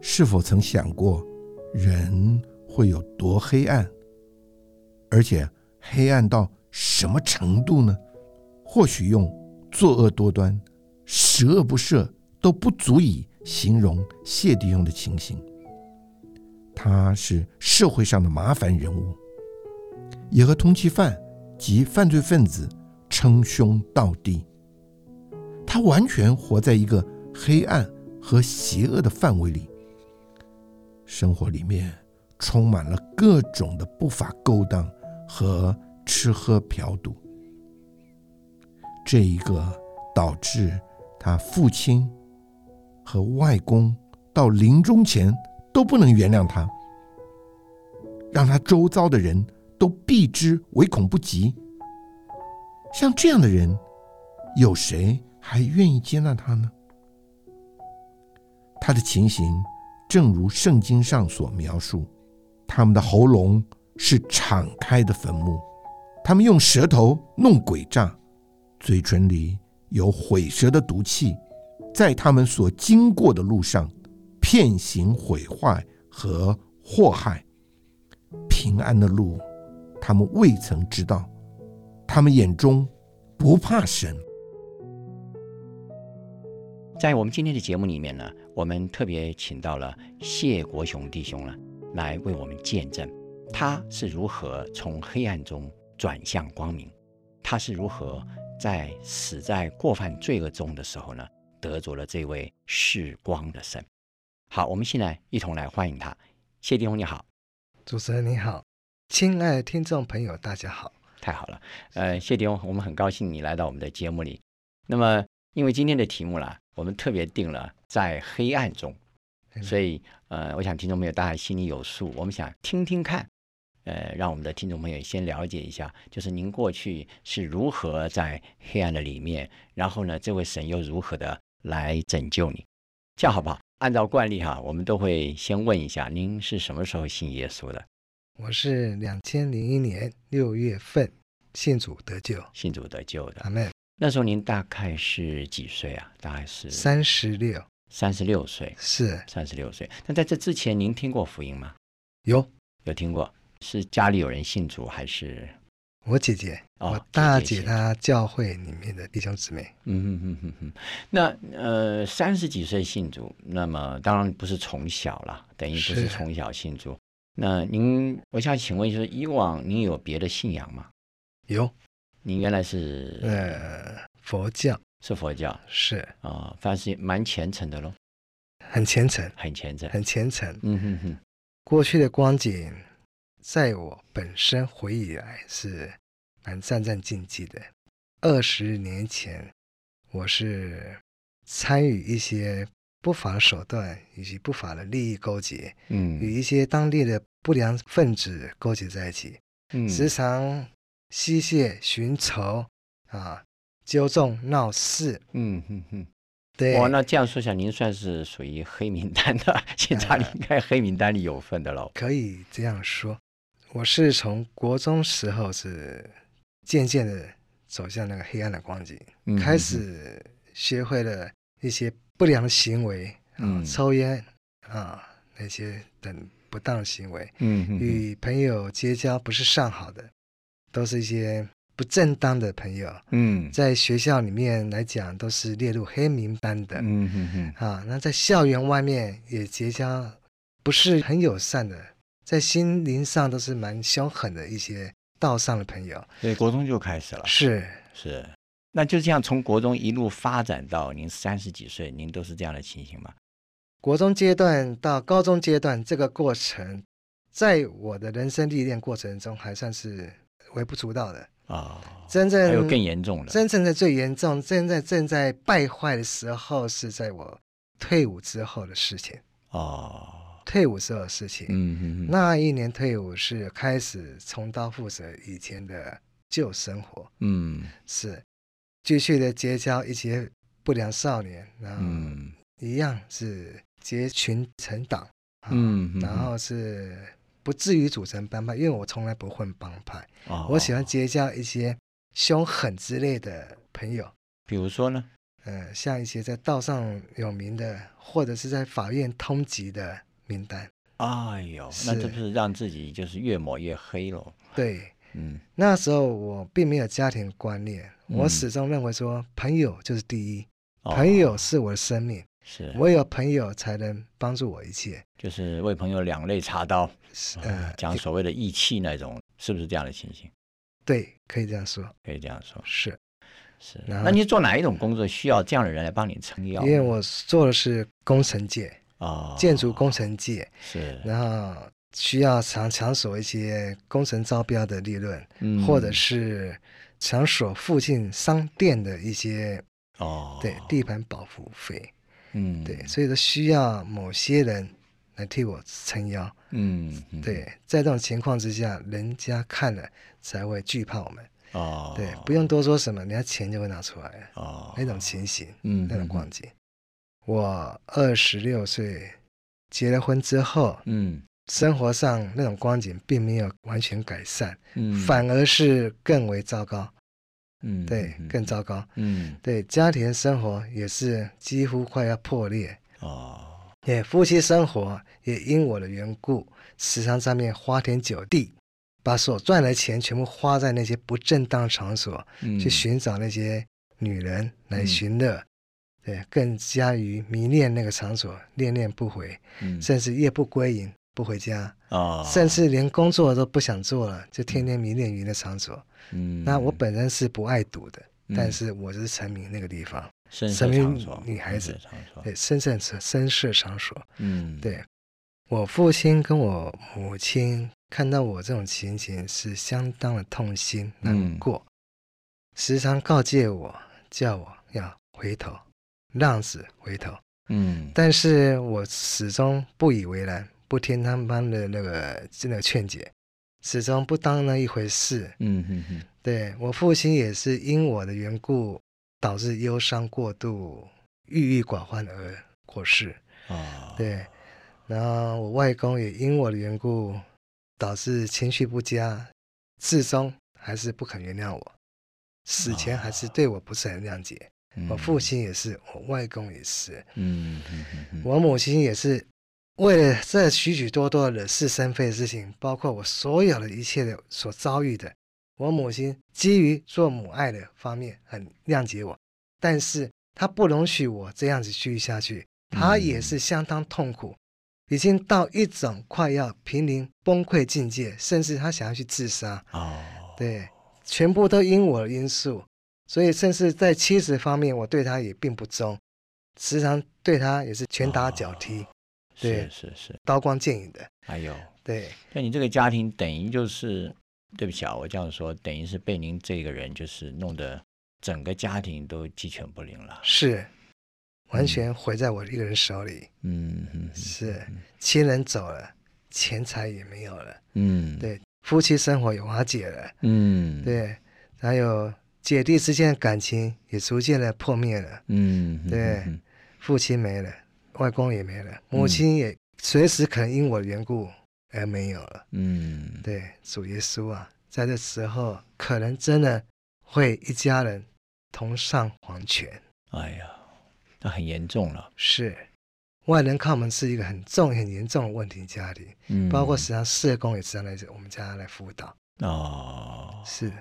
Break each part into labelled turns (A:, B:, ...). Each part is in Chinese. A: 是否曾想过，人会有多黑暗？而且黑暗到什么程度呢？或许用作恶多端、十恶不赦都不足以形容谢弟兄的情形。他是社会上的麻烦人物，也和通缉犯及犯罪分子称兄道弟。他完全活在一个黑暗和邪恶的范围里，生活里面充满了各种的不法勾当和吃喝嫖赌。这一个导致他父亲和外公到临终前都不能原谅他，让他周遭的人都避之唯恐不及。像这样的人，有谁？还愿意接纳他呢？他的情形正如圣经上所描述，他们的喉咙是敞开的坟墓，他们用舌头弄诡诈，嘴唇里有毁舌的毒气，在他们所经过的路上，骗行毁坏和祸害。平安的路，他们未曾知道，他们眼中不怕神。
B: 在我们今天的节目里面呢，我们特别请到了谢国雄弟兄呢，来为我们见证他是如何从黑暗中转向光明，他是如何在死在过犯罪恶中的时候呢，得着了这位是光的神。好，我们现在一同来欢迎他。谢弟兄你好，
C: 主持人你好，亲爱的听众朋友大家好，
B: 太好了，呃，谢弟兄，我们很高兴你来到我们的节目里。那么，因为今天的题目啦。我们特别定了在黑暗中，所以呃，我想听众朋友大家心里有数。我们想听听看，呃，让我们的听众朋友先了解一下，就是您过去是如何在黑暗的里面，然后呢，这位神又如何的来拯救你，这样好不好？按照惯例哈，我们都会先问一下您是什么时候信耶稣的？
C: 我是两千零一年六月份信主得救，
B: 信主得救的。
C: 阿门。
B: 那时候您大概是几岁啊？大概是
C: 三十六，
B: 三十六岁，
C: 是
B: 三十六岁。那在这之前，您听过福音吗？
C: 有，
B: 有听过。是家里有人信主，还是
C: 我姐姐？
B: 哦
C: 我大
B: 姐姐
C: 姐
B: 信
C: 她教会里面的弟兄姊妹，
B: 嗯嗯嗯嗯，那呃，三十几岁信主，那么当然不是从小了，等于不是
C: 是
B: 从小信主。那您，我想请问，就是以往您有别的信仰吗？
C: 有，
B: 您原来是、
C: 呃，佛教
B: 是佛教啊、
C: 是
B: 哦，反正是蛮虔诚的喽，
C: 很虔诚，
B: 很虔诚。
C: 很虔诚。
B: 嗯哼哼，
C: 过去的光景，在我本身回忆来是蛮战战兢兢的。二十年前，我是参与一些不法手段以及不法的利益勾结，
B: 嗯
C: 与一些当地的不良分子勾结在一起，
B: 嗯，
C: 时常吸血寻仇啊，纠众闹事。
B: 嗯哼哼。
C: 对，
B: 哇，那这样说起来，您算是属于黑名单 的，警察应该黑名单里有份的喽。
C: 可以这样说，我是从国中时候是渐渐的走向那个黑暗的光景，
B: 嗯哼哼
C: 开，始学会了一些不良行为啊，
B: 嗯
C: 抽烟啊那些等不当行为，
B: 嗯哼哼，
C: 与朋友结交不是上好的，都是一些不正当的朋友，
B: 嗯
C: 在学校里面来讲都是列入黑名单的。
B: 嗯哼哼，
C: 啊，那在校园外面也结交不是很友善的，在心灵上都是蛮凶狠的一些道上的朋友。
B: 所以国中就开始了。
C: 是，
B: 是，那就这样从国中一路发展到您三十几岁，您都是这样的情形吗？
C: 国中阶段到高中阶段这个过程，在我的人生历练过程中还算是微不足道的。
B: 哦，
C: 真
B: 还有
C: 正
B: 更严重的。
C: 真正的最严重，真正正在败坏的时候，是在我退伍之后的事情。
B: 哦，
C: 退伍之后的事情，
B: 嗯嗯嗯，
C: 那一年退伍是开始重蹈覆辙以前的旧生活，
B: 嗯
C: 是继续的结交一些不良少年，然后
B: 嗯
C: 一样是结群成党，啊
B: 嗯嗯
C: 然后是不至于组成帮派，因为我从来不混帮派，
B: 哦，
C: 我喜欢结交一些凶狠之类的朋友，
B: 比如说呢？
C: 呃，像一些在道上有名的，或者是在法院通缉的名单。
B: 哎呦，那这
C: 是
B: 不是让自己就是越抹越黑了？
C: 对，
B: 嗯
C: 那时候我并没有家庭观念，我
B: 嗯
C: 始终认为说朋友就是第一，
B: 哦
C: 朋友是我的生命，
B: 是，
C: 我有朋友才能帮助我一切。
B: 就是为朋友两肋插刀，啊
C: 是呃，
B: 讲所谓的义气那种，是不是这样的情形？
C: 对，可以这样说，
B: 可以这样说，
C: 是
B: 是。
C: 然
B: 那
C: 后
B: 你做哪一种工作需要这样的人来帮你撑腰
C: 因
B: 呢？
C: 为我做的是工程界、
B: 啊，
C: 建筑工程界，
B: 是，
C: 然后需要常常锁一些工程招标的利润，
B: 嗯
C: 或者是场所附近商店的一些
B: 哦，
C: 对地盘保护费，
B: 嗯，
C: 对，所以说需要某些人来替我撑腰。
B: 嗯，嗯，
C: 对，在这种情况之下，人家看了才会惧怕我们。
B: 哦，
C: 对，不用多说什么，人家钱就会拿出来了
B: 哦，
C: 那种情形，
B: 嗯，
C: 那种
B: 嗯
C: 光景。我二十六岁结了婚之后，
B: 嗯
C: 生活上那种光景并没有完全改善，
B: 嗯，
C: 反而是更为糟糕。
B: 嗯
C: 对，更糟糕。
B: 嗯
C: 对，家庭生活也是几乎快要破裂，
B: 哦
C: 也夫妻生活也因我的缘故，时常在面花天酒地，把所赚的钱全部花在那些不正当场所，
B: 嗯
C: 去寻找那些女人来
B: 嗯
C: 寻乐，对，更加于迷恋那个场所，恋恋不回，
B: 嗯
C: 甚至夜不归营，不回家，
B: 哦，
C: 甚至连工作都不想做了，就天天迷恋于那场所。
B: 嗯，
C: 那我本身是不爱赌的，
B: 嗯
C: 但
B: 啊
C: 是我就是沉迷那个地方。
B: 深
C: 身
B: 色
C: 边
B: 场所，
C: 女孩
B: 深
C: 子
B: 色场所，
C: 对，深圳是深色场所。
B: 嗯，
C: 对我父亲跟我母亲看到我这种情形是相当的痛心难
B: 嗯
C: 过，时常告诫我，叫我要回头，浪子回头。
B: 嗯，
C: 但是我始终不以为然，不听他们的那个那个劝解，始终不当那一回事。
B: 嗯嗯嗯
C: 对我父亲也是因我的缘故，导致忧伤过度、郁郁寡欢而过世。
B: 哦，
C: 对，然后我外公也因我的缘故，导致情绪不佳，至终还是不肯原谅我，死前还是对我不是很谅解。我父
B: 嗯，
C: 亲也是，我外公也是，
B: 嗯嗯嗯嗯，
C: 我母亲也是。为了这许许多多惹是生非的事情，包括我所有的一切的所遭遇的，我母亲基于做母爱的方面很谅解我，但是她不容许我这样子继续下去，她也
B: 嗯
C: 是相当痛苦，已经到一种快要濒临崩溃境界，甚至她想要去自杀。
B: 哦，
C: 对，全部都因我的因素，所以甚至在妻子方面，我对她也并不忠，时常对她也是拳打脚踢、
B: 啊
C: 对
B: 是是是，
C: 刀光剑影的。
B: 哎呦，
C: 对，
B: 那你这个家庭等于就是，对不起啊，我这样说，等于是被您这个人就是弄得整个家庭都鸡犬不宁了。
C: 是完
B: 嗯
C: 全毁在我一个人手里。
B: 嗯嗯
C: 是，亲人走了，钱财也没有了，
B: 嗯，
C: 对，夫妻生活也瓦解了，
B: 嗯，，
C: 对，还有姐弟之间的感情也逐渐的破灭了。
B: 嗯，嗯
C: 对，
B: 嗯
C: 父亲没了，外公也没了，母亲也随时可能因我的缘故而没有了。
B: 嗯，
C: 对，主耶稣啊，在这时候可能真的会一家人同上黄泉。
B: 哎呀，那很严重了。
C: 是，外人看我们是一个很重、很严重的问题家庭，
B: 嗯，
C: 包括实际上社工也时常来我们家来辅导。
B: 哦，
C: 是的，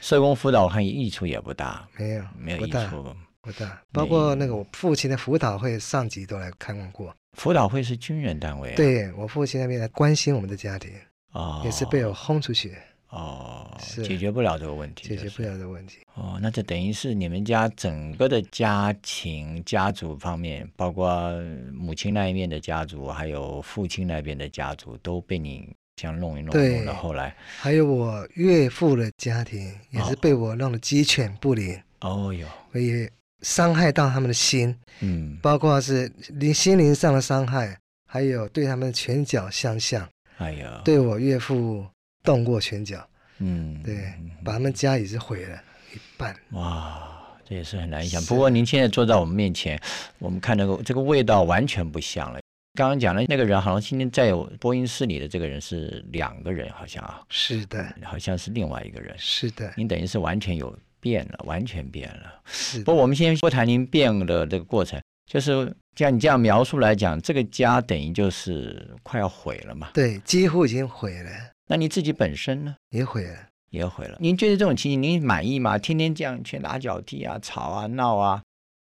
B: 社工辅导我看益处也不大，
C: 没有，
B: 没有
C: 不
B: 益
C: 大
B: 处。
C: 不大，
B: 没
C: 包括那个我父亲的辅导会上级都来看望过，
B: 辅导会是军人单位、啊，，
C: 对我父亲那边来关心我们的家庭，
B: 哦，
C: 也是被我轰出去，
B: 哦，
C: 是啊
B: 解决不了这个问题、
C: 解决不
B: 了。
C: 了的问题。
B: 哦，那这等于是你们家整个的家庭、家族方面，包括母亲那一面的家族，还有父亲那边的家族，都被你这样弄一弄，
C: 对
B: 弄到后来，
C: 还有我岳父的家庭也是被我弄得鸡犬不宁，
B: 哦哟，
C: 我也伤害到他们的心，
B: 嗯，
C: 包括是灵心灵上的伤害，还有对他们的拳脚相向，
B: 哎呀，，
C: 对我岳父动过拳脚，
B: 嗯，
C: 对
B: 嗯，
C: 把他们家也是毁了一半。
B: 哇，这也是很难想。
C: 是
B: 不过您现在坐在我们面前，我们看那个这个味道完全不像了。刚刚讲的那个人，好像今天在我播音室里的这个人是两个人，好像啊，
C: 是的，
B: 好像是另外一个人。
C: 是的，
B: 您等于是完全有变了，完全变了。不
C: 是的，
B: 过我们先不谈您变了这个过程，就是像你这样描述来讲，这个家等于就是快要毁了嘛。
C: 对，几乎已经毁了，
B: 那你自己本身呢？
C: 也毁了。
B: 也毁了。您觉得这种情形您满意吗？天天这样去拿脚踢啊、吵啊、闹啊，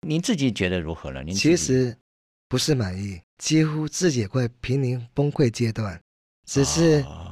B: 您自己觉得如何了？您自己
C: 其实不是满意，几乎自己也快濒临崩溃阶段，只是
B: 哦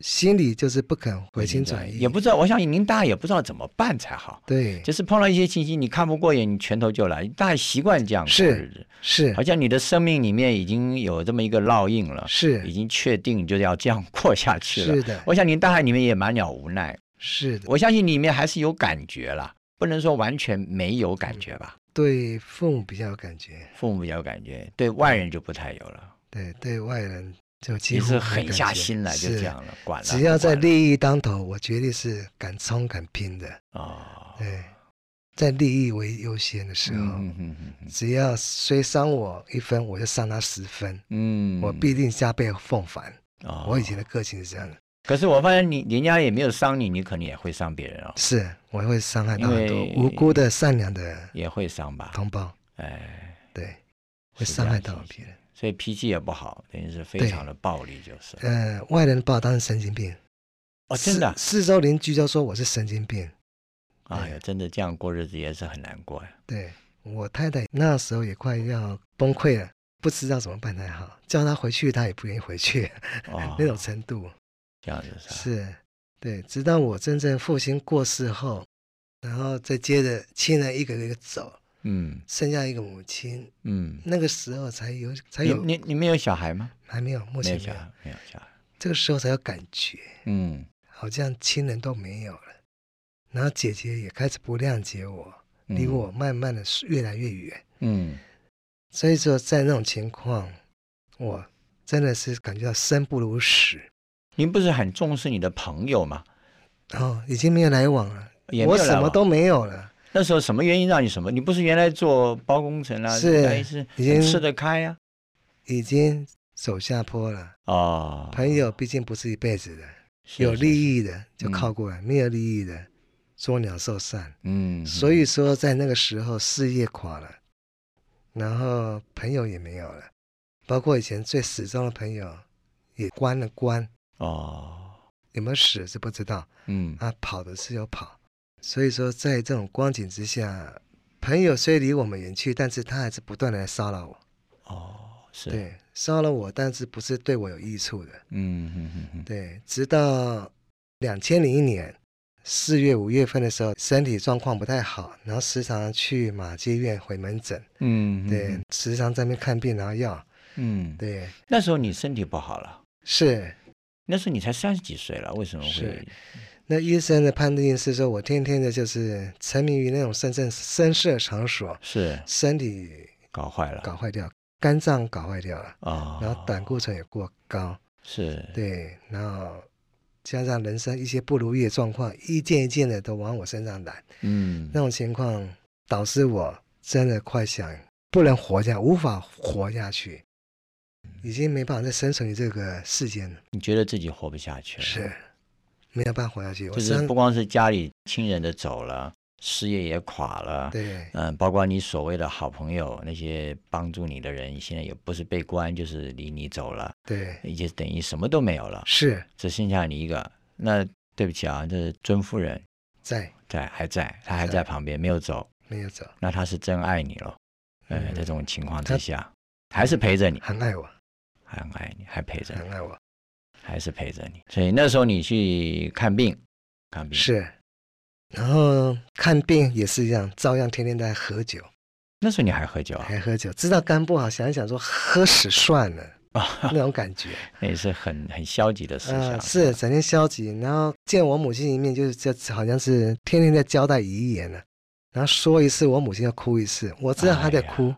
C: 心里就是不肯回心
B: 您的
C: 转意，
B: 也不知道。我相信您大概也不知道怎么办才好，
C: 对，
B: 就是碰到一些情形你看不过眼，你拳头就来，大概习惯这样过
C: 是
B: 日子，
C: 是
B: 好像你的生命里面已经有这么一个烙印了，已
C: 是
B: 经确定就要这样过下去了。
C: 是的，
B: 我想您大概里面也满了无奈，
C: 是的，
B: 我相信里面还是有感觉啦，不能说完全没有感觉吧。
C: 嗯对父母比较有感觉，
B: 父母比较有感觉，对外人就不太有了，
C: 对对外人就几
B: 也
C: 乎
B: 是
C: 没
B: 狠
C: 感
B: 下
C: 觉
B: 心来就是这样了，管了。
C: 只要在
B: 不管了
C: 利益当头，我绝对是敢冲敢拼的。
B: 哦，
C: 对，在利益为优先的时候，
B: 嗯嗯嗯嗯
C: 只要谁伤我一分，我就伤他十分，
B: 嗯，
C: 我必定加倍奉还。
B: 哦
C: 我以前的个性是这样的，
B: 可是我发现你人家也没有伤你，你可能也会伤别人哦，
C: 是我会伤害到很多
B: 因为
C: 无辜的、善良的
B: 也会伤吧？
C: 同胞，
B: 哎，
C: 对，会
B: 是这
C: 伤
B: 样
C: 害
B: 的
C: 到
B: 情
C: 别人。
B: 所以脾气也不好，等于是非
C: 对
B: 常的暴力，就是
C: 呃，外人把我当成神经病，
B: 哦，真的啊，
C: 四四周邻居就说我是神经病。
B: 哎呀，真的这样过日子也是很难过 呀。
C: 对我太太那时候也快要崩溃了，不知道怎么办才好，叫她回去她也不愿意回去，，
B: 哦
C: 那种程度
B: 这样子是吧
C: 是，对，直到我真正父亲过世后，然后再接着亲人一个一个走，
B: 嗯
C: 剩下一个母亲，
B: 嗯，
C: 那个时候才有才
B: 你
C: 有
B: 你你们有小孩吗？
C: 还没有，目
B: 没有
C: 前没
B: 小
C: 有，
B: 孩，没有小孩。
C: 这个时候才有感觉，
B: 嗯
C: 好像亲人都没有了，然后姐姐也开始不谅解我，
B: 嗯
C: 离我慢慢的越来越远。
B: 嗯
C: 所以说，在那种情况，我真的是感觉到生不如死，
B: 您不是很重视你的朋友吗？
C: 然后已经没有来往了，
B: 也没有
C: 我
B: 来
C: 什么
B: 往
C: 都没有了，
B: 那时候什么原因让你什么？你不是原来做包工程啊，
C: 是
B: 还是
C: 已经
B: 吃得开啊呀、
C: 已经走下坡了。
B: 啊？哦，
C: 朋友毕竟不是一辈子的，
B: 是
C: 有
B: 益，
C: 利益的就
B: 嗯
C: 靠过来，没有利益的捉鸟兽散。
B: 嗯，
C: 所以说，在那个时候事业垮了，然后朋友也没有了，包括以前最始终的朋友也关了关，
B: 哦，
C: 有没有死是不知道。
B: 嗯
C: 啊，跑的是有跑，所以说在这种光景之下，朋友虽离我们远去，但是他还是不断的来骚扰我，
B: 哦，是，
C: 对，骚扰我，但是不是对我有益处的，
B: 嗯嗯嗯嗯，
C: 对，直到两千零一年四月五月份的时候，身体状况不太好，然后时常去马街医院回门诊，
B: 嗯，
C: 对，时常在那边看病拿药，
B: 嗯，嗯，
C: 对，
B: 那时候你身体不好了，
C: 是。
B: 那时候你才三十几岁了，为什么会
C: 是？那医生的判定是说，我天天的就是沉迷于那种深圳深色场所，
B: 是
C: 身体
B: 搞坏了，
C: 搞坏掉，肝脏搞坏掉了，
B: 哦，
C: 然后胆固醇也过高，
B: 是，
C: 对，然后加上人生一些不如意的状况，一件一件的都往我身上揽，
B: 嗯，
C: 那种情况导致我真的快想不能活下，无法活下去，
B: 嗯
C: 已经没办法再生存于这个世间了，
B: 你觉得自己活不下去了，
C: 是没有办法活下去，我
B: 啊就是
C: 身
B: 不光是家里亲人的走了，事业也垮了，
C: 对
B: 嗯，包括你所谓的好朋友，那些帮助你的人，现在也不是被关，就是离你走了，
C: 对
B: 也就等于什么都没有了，
C: 是
B: 只剩下你一个。那对不起啊，这尊夫人
C: 在
B: 在还在，她还
C: 在
B: 在旁边没有走，
C: 没有走，
B: 那她是真爱你了。呃，
C: 嗯
B: 在这种情况之
C: 她
B: 下，还是陪着你，
C: 很爱我，
B: 还很爱你，还陪着
C: 很
B: 你，
C: 爱我，
B: 还是陪着你。所以那时候你去看病，看病
C: 是。然后看病也是一样，照样天天在喝酒。
B: 那时候你还喝酒啊，
C: 还喝酒，知道肝不好，想一想说喝屎算了
B: 啊
C: 那种 感觉，
B: 那也是很很消极的思
C: 啊，
B: 想。
C: 是整天消极，然后见我母亲一面就是这好像是天天在交代遗言了、然后说一次我母亲要哭一次，我知道她在哭，
B: 是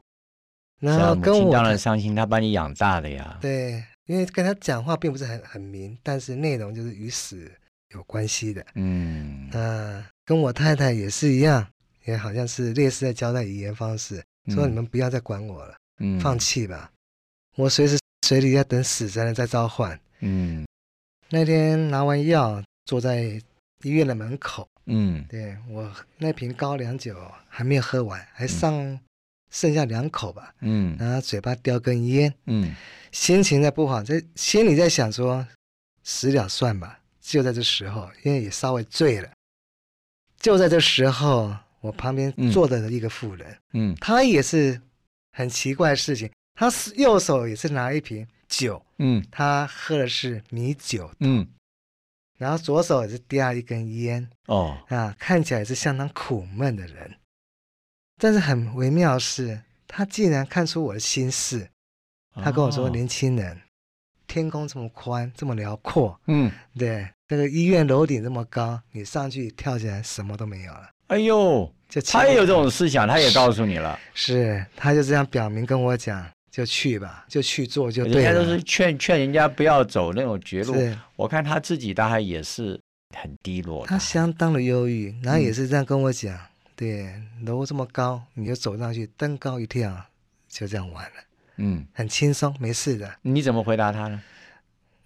C: 然
B: 啊母
C: 后呃跟
B: 亲
C: 我
B: 当
C: 谈
B: 然伤心，她把你养大的呀。
C: 对，因为跟她讲话并不是很很明，但是内容就是与死有关系的，
B: 嗯，
C: 啊，跟我太太也是一样，也好像是类似在交代遗言方式，说
B: 嗯
C: 你们不要再管我了。
B: 嗯
C: 放弃吧，我随时随地要等死神来再召唤。
B: 嗯
C: 那天拿完药，坐在医院的门口，
B: 嗯，
C: 对我那瓶高粱酒还没有喝完，还上剩下两口吧，
B: 嗯
C: 然后嘴巴叼根烟，
B: 嗯
C: 心情在不好，在心里在想说，死了算吧。就在这时候，因为也稍微醉了，就在这时候，我旁边
B: 嗯
C: 坐着的一个妇人，
B: 嗯
C: 她也是很奇怪的事情，她是右手也是拿一瓶酒，
B: 嗯
C: 她喝的是米酒，
B: 嗯，
C: 然后左手也是叼一根烟
B: 哦，
C: 啊，看起来是相当苦闷的人。但是很微妙的是，她竟然看出我的心事，他跟我说：“
B: 哦，
C: 年轻人，天空这么宽，这么辽阔，
B: 嗯，
C: 对，这个医院楼顶这么高，你上去跳起来什么都没有了。
B: 哎呦，”
C: 就请
B: 他也
C: 我
B: 有这种思想，他也告诉你了，
C: 是，他就这样表明跟我讲，就去吧，就去做就
B: 人
C: 对
B: 家都
C: 了。
B: 是劝劝人家不要走那种绝路。
C: 是
B: 我看他自己大概也是很低落的，
C: 他相当的忧郁，
B: 嗯
C: 然后也是这样跟我讲，对，楼这么高，你就走上去，登高一跳，就这样玩了，
B: 嗯，
C: 很轻松，没事的。
B: 你怎么回答他呢？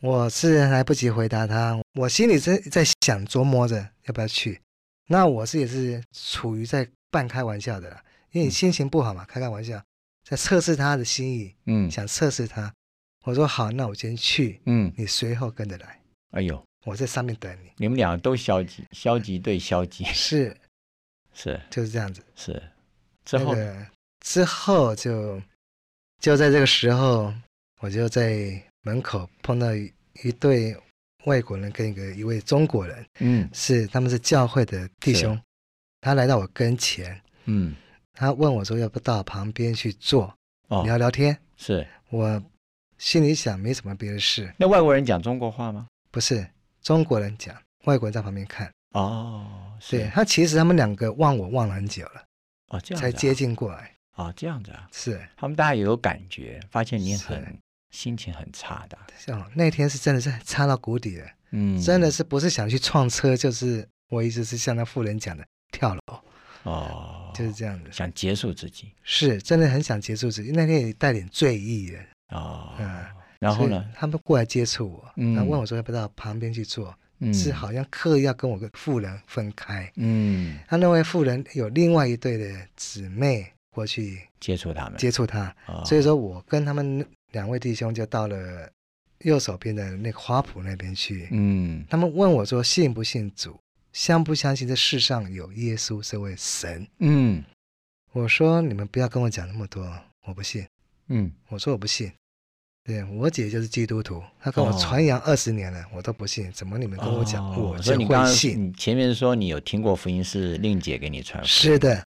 C: 我是来不及回答他，我心里在在想琢磨着要不要去。那我是也是处于在半开玩笑的啦，因为你心情不好嘛，开开玩笑，在测试他的心意，
B: 嗯
C: 想测试他。我说好，那我先去，
B: 嗯，
C: 你随后跟着来，
B: 哎呦，
C: 我在上面等你。
B: 你们俩都消极，消极对消极，
C: 是，
B: 是
C: 就是这样子。
B: 是。之
C: 那
B: 后呢，
C: 个之后就就在这个时候，我就在门口碰到一一对外国人跟一个一位中国人。
B: 嗯
C: 是他们是教会的弟兄，他来到我跟前，
B: 嗯，
C: 他问我说要不到旁边去坐、
B: 哦，
C: 聊聊天。
B: 是。
C: 我心里想没什么别的事，
B: 那外国人讲中国话吗？
C: 不是中国人讲，外国人在旁边看。
B: 哦，
C: 对
B: 是
C: 他其实他们两个忘我忘了很久了，
B: 哦，这样子啊
C: 才接近过来。
B: 哦，这样子啊。
C: 是，
B: 他们大家也有感觉，发现你
C: 是
B: 很心情很差的，
C: 像那天是真的是差到谷底了，
B: 嗯，
C: 真的是不是想去撞车，就是我一直是像那妇人讲的跳楼，
B: 哦，
C: 就是这样的。
B: 想结束自己
C: 是，真的很想结束自己，那天也带点醉意了。
B: 哦。
C: 嗯
B: 然后
C: 所以
B: 呢？
C: 他们过来接触我，
B: 嗯
C: 然后问我说要不要到旁边去坐，
B: 嗯，
C: 是，好像刻意要跟我个妇人分开。
B: 嗯，
C: 他那位妇人有另外一对的姊妹过去
B: 接触他们，
C: 接触他，
B: 哦，
C: 所以说我跟他们两位弟兄就到了右手边的那个花圃那边去。
B: 嗯
C: 他们问我说信不信主，相不相信这世上有耶稣这位神？
B: 嗯
C: 我说你们不要跟我讲那么多，我不信。
B: 嗯，
C: 我说我不信。对我姐就是基督徒，她跟我
B: 哦
C: 传扬二十年了，我都不信，怎么你们跟我讲，
B: 哦
C: 我
B: 所
C: 就
B: 以你刚
C: 会
B: 刚
C: 信？
B: 你前面说你有听过福音是令姐给你传福音，
C: 是的，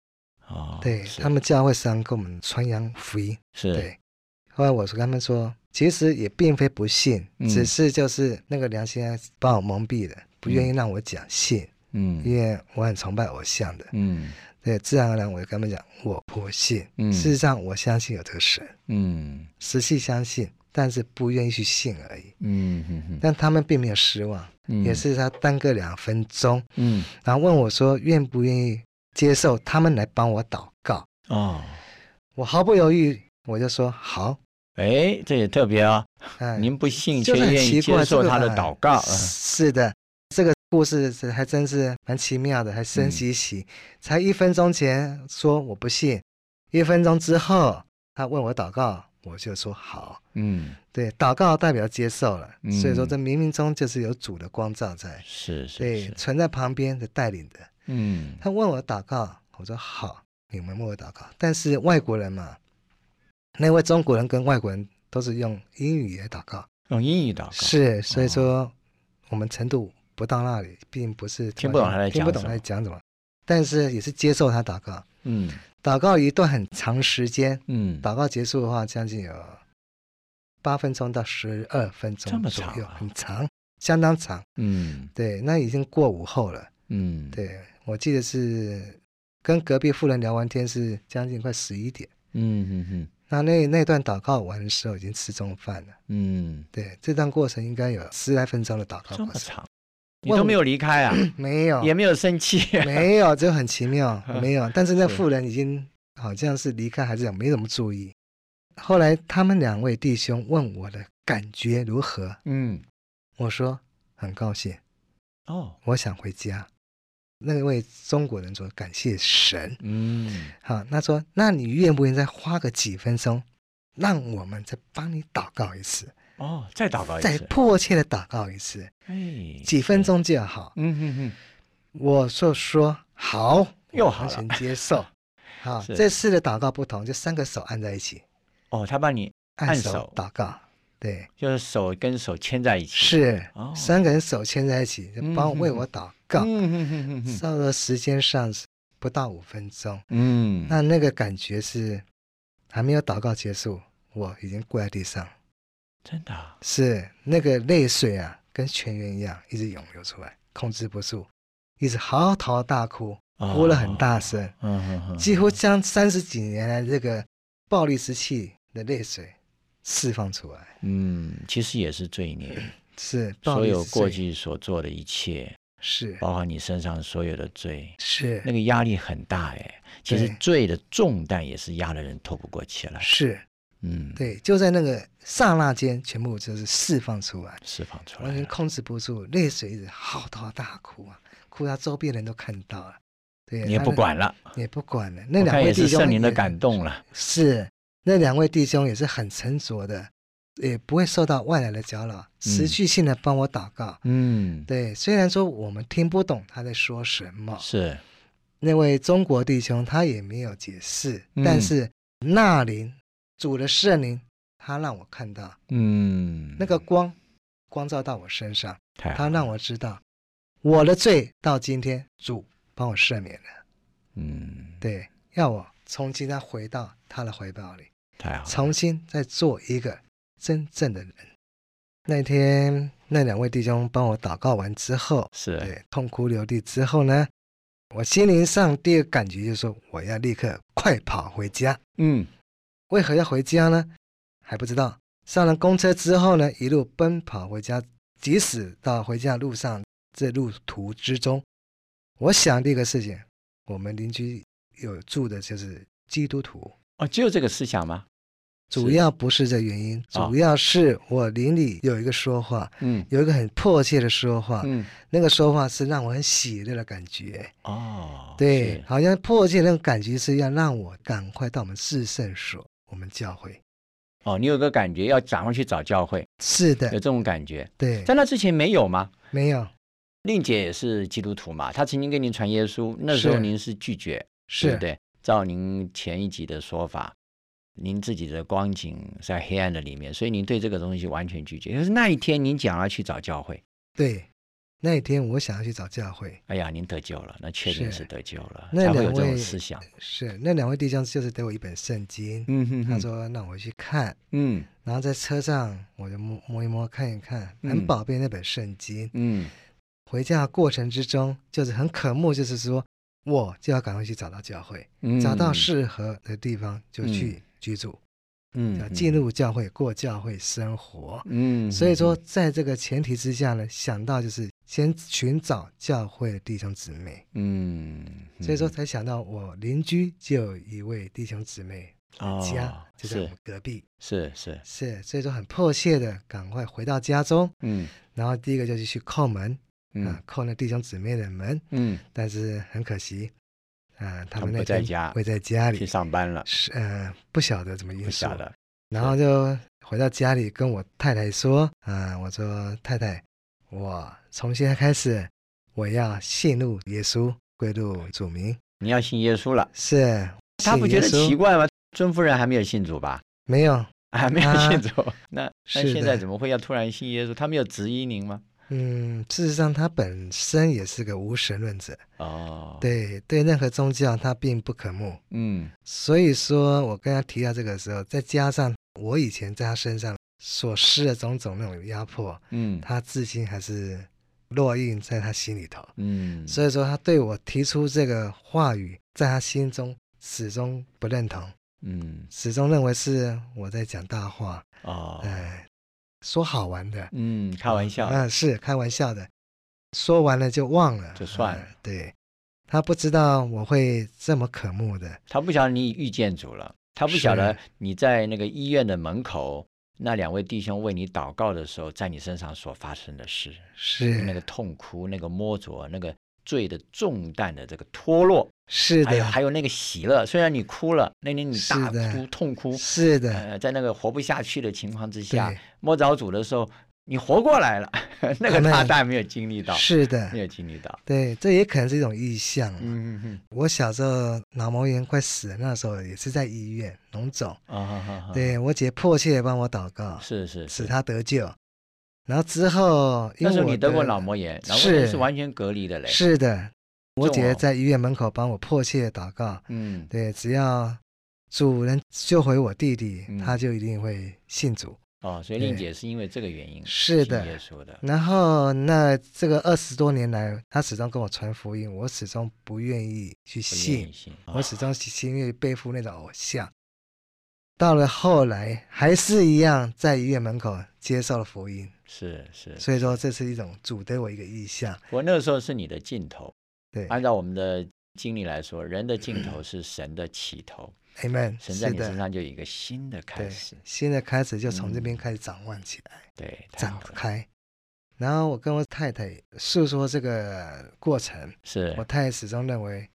B: 哦，
C: 对
B: 是
C: 他们教会商跟我们传扬福音。
B: 是，
C: 对，后来我说跟他们说，其实也并非不信，
B: 嗯
C: 只是就是那个良心啊把我蒙蔽了，不愿意让我讲信，
B: 嗯
C: 因为我很崇拜偶像的。
B: 嗯
C: 对，自然而然我就跟他们讲，我不信。
B: 嗯
C: 事实上，我相信有这个神，
B: 嗯
C: 实际相信，但是不愿意去信而已。
B: 嗯嗯
C: 但他们并没有失望。
B: 嗯，
C: 也，是他耽搁两分钟，
B: 嗯
C: 然后问我说愿不愿意接受他们来帮我祷告。
B: 哦，
C: 我毫不犹豫，我就说好。
B: 哎，这也特别啊，
C: 哎，
B: 您不信却
C: 就是很
B: 愿意
C: 奇怪
B: 接受
C: 这个
B: 他的
C: 哎
B: 祷告，嗯
C: 是的，这个故事是还真是蛮奇妙的，还
B: 嗯
C: 深吸吸。才一分钟前说我不信，一分钟之后他问我祷告，我就说好。
B: 嗯，
C: 对，祷告代表接受了，所以说
B: 嗯
C: 这冥冥中就是有主的光照在，
B: 是是
C: 对，
B: 是，
C: 存在旁边的带领的。
B: 嗯
C: 他问我祷告，我说好，你们为我祷告。但是外国人嘛，那位中国人跟外国人都是用英语来祷告，
B: 用英语祷告，哦
C: 是，所以说我们程度不到那里，并不是
B: 听不懂他在
C: 听不
B: 讲
C: 懂
B: 什
C: 他
B: 么
C: 在讲什么，但是也是接受他祷告。
B: 嗯
C: 祷告一段很长时间，
B: 嗯，
C: 祷告结束的话，将近有八分钟到十二分
B: 这
C: 钟
B: 么
C: 左
B: 长
C: 右，
B: 啊
C: 很长，相当长。
B: 嗯
C: 对，那已经过午后了。
B: 嗯，，
C: 对，我记得是跟隔壁妇人聊完天是将近快十一点。
B: 嗯嗯嗯
C: 那那那段祷告完的时候已经吃中饭了。
B: 嗯，
C: 对，这段过程应该有十来分钟的祷告
B: 这
C: 过
B: 么
C: 程。
B: 长，你
C: 问嗯哦
B: 都
C: 我
B: 没有离开啊，
C: 没有，
B: 也没有生气，，
C: 没有，就很奇妙没有。但是那
B: 是
C: 妇人已经好像是离开还是怎么没怎么注意。后来他们两位弟兄问我的感觉如何，
B: 嗯，
C: 我说很高兴。
B: 哦，
C: 我想回家。那位中国人说感谢神，
B: 嗯，
C: 好，那说那你愿不愿意再花个几分钟，让我们再帮你祷告一次，
B: 哦，再祷告一
C: 再
B: 次，
C: 迫切的祷告一次，
B: 哎，
C: 几分钟就好。
B: 嗯哼哼，
C: 我就说好，
B: 又
C: 我
B: 好
C: 完
B: 了
C: 全 接受。好，
B: 是
C: 这次的祷告不同，就三个手按在一起，
B: 哦，他帮你
C: 按
B: 按
C: 手
B: 手
C: 祷告，对，
B: 就是手跟手牵在一起，，
C: 是、
B: 哦
C: 三个人手牵在一起，就帮我
B: 嗯
C: 为
B: 哼哼
C: 我祷告。
B: 嗯哼哼哼哼，
C: 差不多时间上是不到五分钟，
B: 嗯，
C: 那那个感觉是还没有祷告结束，我已经跪在地上，
B: 真的啊，
C: 是那个泪水啊，跟泉源一样一直涌流出来，控制不住，一直嚎啕大哭，
B: 啊
C: 哭了很大声，
B: 哦，嗯哼哼，
C: 几乎将三十几年来这个暴力时期的泪水释放出来，
B: 嗯，其实也是罪 孽，
C: 是暴
B: 所
C: 力
B: 有
C: 之
B: 过
C: 罪
B: 去所做的一切，
C: 是
B: 包括你身上所有的罪，
C: 是
B: 那个压力很大哎。其实
C: 对
B: 罪的重担也是压得人透不过气来，
C: 是，
B: 嗯，，
C: 对，就在那个刹那间，全部就是释放出来。
B: 释放出来
C: 完全
B: 了，
C: 控制不住，泪水一直嚎啕大哭啊，哭到周边人都看到了。对，
B: 你也
C: 他
B: 不
C: 那
B: 管了，
C: 也不管了。那
B: 我
C: 两
B: 看
C: 位
B: 也
C: 弟
B: 是
C: 兄
B: 圣灵的
C: 也
B: 感动了，
C: 是，那两位弟兄也是很沉着的，也不会受到外来的搅扰，持续性的帮我祷告。
B: 嗯，
C: 对，虽然说我们听不懂他在说什么，
B: 是，
C: 那位中国弟兄他也没有解释，
B: 嗯
C: 但是那灵主的圣灵，他让我看到
B: 嗯，
C: 那个光光照到我身上。
B: 太好
C: 他让我知道我的罪到今天主帮我赦免了，
B: 嗯，
C: 对，要我重新再回到他的怀抱里，
B: 太好了，
C: 重新再做一个真正的人。那天那两位弟兄帮我祷告完之后，
B: 是，
C: 对，痛哭流涕之后呢，我心灵上第一个感觉就是说我要立刻快跑回家。
B: 嗯，
C: 为何要回家呢？还不知道。上了公车之后呢，一路奔跑回家，即使到回家路上，这路途之中，我想第一个事情，我们邻居有住的就是基督徒，
B: 哦，只有这个思想吗？
C: 主
B: 是
C: 要不是这原因，
B: 哦
C: 主要是我邻里有一个说话，
B: 嗯
C: 有一个很迫切的说话，
B: 嗯，
C: 那个说话是让我很喜乐的感觉，
B: 哦，
C: 啊对，
B: 是，
C: 好像迫切那种感觉是要让我赶快到我们至圣所，我们教会，
B: 哦，你有个感觉要赶快去找教会，
C: 是
B: 有这
C: 的，
B: 种感觉，
C: 对，
B: 呃在那之前没有吗？
C: 没有。
B: 令姐也是基督徒嘛，她曾经跟您传耶稣，那时候
C: 是
B: 您是拒绝，对
C: 是
B: 不对？照您前一集的说法，您自己的光景在黑暗的里面，所以您对这个东西完全拒绝。可是那一天您讲要去找教会，
C: 对，那一天我想要去找教会，
B: 哎呀，您得救了，那确定
C: 是
B: 是得救了，
C: 那
B: 才会有
C: 两
B: 这种
C: 位
B: 思想。
C: 是那两位弟兄就是给我一本圣经，
B: 啊嗯哼
C: 他
B: 哼，
C: 说让我去看，
B: 嗯
C: 然后在车上我就摸摸一摸看一看，
B: 嗯
C: 很宝贝那本圣经。
B: 嗯，
C: 回家的过程之中，就是很渴慕，就是说我就要赶快去找到教会，
B: 嗯
C: 找到适合的地方就去居住，
B: 嗯
C: 要进，入教会过教会生活。
B: 嗯，嗯
C: 所以说，，在这个前提之下呢，想到就是先寻找教会的弟兄姊妹。
B: 嗯，嗯
C: 所以说才想到我邻居就有一位弟兄姊妹家、
B: 哦，
C: 啊就在我
B: 是
C: 们隔壁，
B: 是是，
C: 是，所以说很迫切的赶快回到家中，
B: 嗯
C: 然后第一个就是去叩门啊
B: 嗯，
C: 叩那弟兄姊妹的门，
B: 嗯，
C: 但是很可惜啊，
B: 他
C: 他
B: 们
C: 们那
B: 不在
C: 天
B: 家
C: 会在家
B: 去
C: 里，
B: 上班了，
C: 是呃不晓得怎么因
B: 不
C: 素
B: 晓，得，
C: 然后就回到家里跟我太太说啊，我说太太，我从现在开始我要信入耶稣，归入主名，
B: 你要信耶稣了，
C: 是。
B: 他不觉得
C: 信耶稣
B: 奇怪吗？尊夫人还没有信主吧？
C: 没有，
B: 还没有
C: 啊
B: 信主，那那
C: 是
B: 现在
C: 的
B: 怎么会要突然信耶稣？他没有质疑您吗？
C: 嗯，事实上他本身也是个无神论者，
B: 哦，，
C: 对对任何宗教他并不渴慕。
B: 嗯
C: 所以说我跟他提到这个时候，再加上我以前在他身上所施的种种那种压迫，
B: 嗯
C: 他至今还是烙印在他心里头。
B: 嗯，
C: 所以说他对我提出这个话语，在他心中始终不认同，
B: 嗯
C: 始终认为是我在讲大话，
B: 哦，
C: 哎，说好玩的，
B: 嗯，开玩笑，
C: 啊，是开玩笑的，说完了就忘了，
B: 就算了
C: 啊对他不知道我会这么渴慕的，
B: 他不晓得你遇见主了，他不晓得你在那个医院的门口那两位弟兄为你祷告的时候，在你身上所发生的事，那
C: 是
B: 个痛苦、那个摸着、那个罪的重担的这个脱落，
C: 是
B: 还有
C: 的，
B: 还有那个喜乐。虽然你哭了，那天你大
C: 是的
B: 哭痛哭，
C: 是的，
B: 呃，在那个活不下去的情况之下
C: 对，
B: 摸着主的时候，你活过来了。 那个
C: 阿们
B: 他大没有经历到，
C: 是
B: 没
C: 的，
B: 有经历到。
C: 对，这也可能是一种意象啊。
B: 嗯嗯
C: 我小时候脑膜炎快死了，那时候也是在医院脓肿，
B: 嗯，啊哈哈，
C: 对我姐迫切的帮我祷告，
B: 是是
C: 使
B: 是。
C: 她得救。然后之后，因
B: 那时
C: 为
B: 候
C: 我
B: 你得过
C: 的
B: 脑膜炎，脑膜炎
C: 是
B: 是完全隔离的嘞。，
C: 是的，我
B: 重
C: 姐
B: 哦
C: 在医院门口帮我迫切的祷告，
B: 嗯，
C: 对，只要主人救回我弟弟，
B: 嗯
C: 他就一定会信主。
B: 哦，所以
C: 对
B: 令姐是因为这个原因
C: 是的嗯
B: 信耶稣的。
C: 然后那这个二十多年来，他始终跟我传福音，我始终不愿意去
B: 不愿
C: 信
B: 意，信，啊
C: 我始终心愿意背负那种偶像。到了后来，还是一样在医院门口接受了福音，
B: 是是。
C: 所以说这是一种主对我一个意向。
B: 我那个时候是你的尽头，
C: 对
B: 按照我们的经历来说，人的尽头是神的起头，
C: ，Amen，
B: 神在
C: 嗯是
B: 你身
C: 的，
B: 上就有一个新的开
C: 对
B: 始，，
C: 新的开始就从这边
B: 嗯
C: 开始展望起来。
B: 对，太
C: 展
B: 好了
C: 开。然后我跟我太太诉说这个过程，
B: 是
C: 我太太始终认为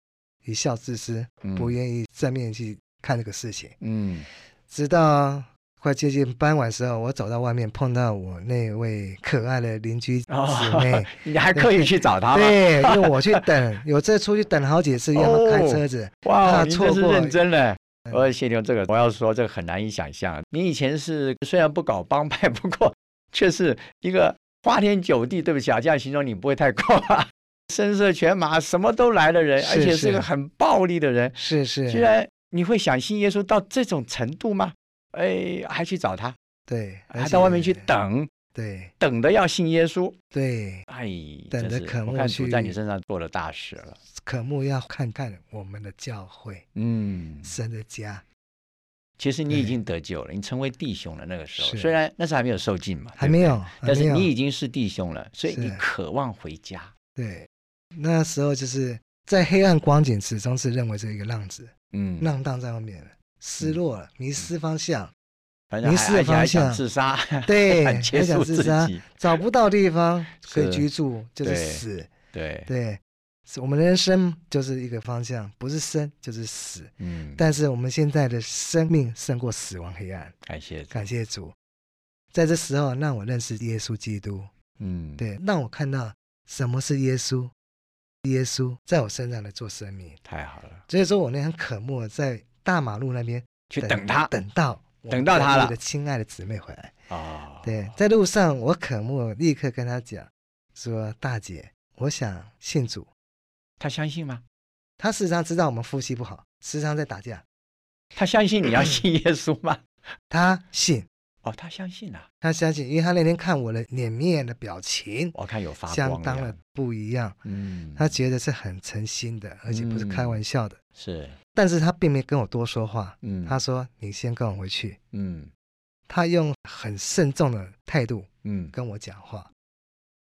C: 一笑置之，不愿意正面去看这个事情。
B: 嗯
C: 直到快接近傍晚时候，我走到外面碰到我那位可爱的邻居姊
B: 嗯
C: 妹
B: 哦，，你还刻意去找他吗？
C: 对，因为我去等，有这出去等好几次，要么
B: 哦
C: 开车子，
B: 哇，
C: 怕
B: 你
C: 错
B: 这是
C: 过
B: 认真嘞。
C: 嗯
B: 我谢牛，这个我要说，这个很难以想象。你以前是虽然不搞帮派， 不过却是一个花天酒地，对不起啊，这样形容你不会太过啊。声色犬马什么都来的人，
C: 是
B: 而且是
C: 是
B: 一个很暴力的人，
C: 是是，
B: 居然你会想信耶稣到这种程度吗？哎，还去找他，
C: 对，而
B: 还到外面
C: 且
B: 去，等，
C: 对
B: 等的要信耶稣。
C: 对，
B: 哎，
C: 等
B: 真
C: 着
B: 是
C: 渴
B: 我
C: 慕
B: 看主在
C: 去
B: 你身上做了大事了。
C: 渴慕要看看我们的教会，
B: 嗯，
C: 神的家，
B: 其实你
C: 对
B: 已经得救了，你成为弟兄了。那个时候
C: 是
B: 虽然那时候还没有受浸嘛，
C: 还
B: 对不
C: 没
B: 对，
C: 有，还
B: 但
C: 没
B: 是
C: 有
B: 你已经是弟兄了，所以你
C: 是
B: 渴望回家。
C: 对，那时候就是在黑暗光景，始终是认为是一个浪子，
B: 嗯，
C: 浪荡在外面了，失落了，迷失方向，
B: 反正
C: 迷
B: 还
C: 失的
B: 而且还
C: 方
B: 想
C: 向
B: 自杀，
C: 对，
B: 还
C: 还
B: 结
C: 想
B: 束
C: 自
B: 自
C: 杀，
B: 己，
C: 找不到地方可以
B: 是
C: 居住，就是
B: 对
C: 死，
B: 对，
C: 对，是我们人生就是一个方向，不是生就是死。
B: 嗯，
C: 但是我们现在的生命胜过死亡黑暗，
B: 感谢主，
C: 感谢主，在这时候让我认识耶稣基督，
B: 嗯，，
C: 对，让我看到什么是耶稣，耶稣在我身上来做生命。
B: 太好了，
C: 所以说我那很渴慕在大马路那边
B: 去等他
C: 等到我
B: 等到他了
C: 我的亲爱的姊妹回来。
B: 啊，
C: 对，在路上我渴慕立刻跟她讲说：“大姐，我想信主。
B: 他相信吗？”
C: 她时常知道我们夫妻不好，时常在打架。
B: 他相信你要信耶稣 吗？
C: 她信，
B: 哦，他相信啊，
C: 她相信，因为她那天看我的脸面的表情
B: 我看有发
C: 相
B: 光
C: 当
B: 呀
C: 的，不一样，
B: 嗯，
C: 她觉得是很诚心的，而且不是开
B: 嗯
C: 玩笑的。
B: 是，
C: 但是她并没跟我多说话，
B: 嗯，
C: 她说：“你先跟我回去。”
B: 嗯
C: 她用很慎重的态度
B: 嗯，
C: 跟我讲话，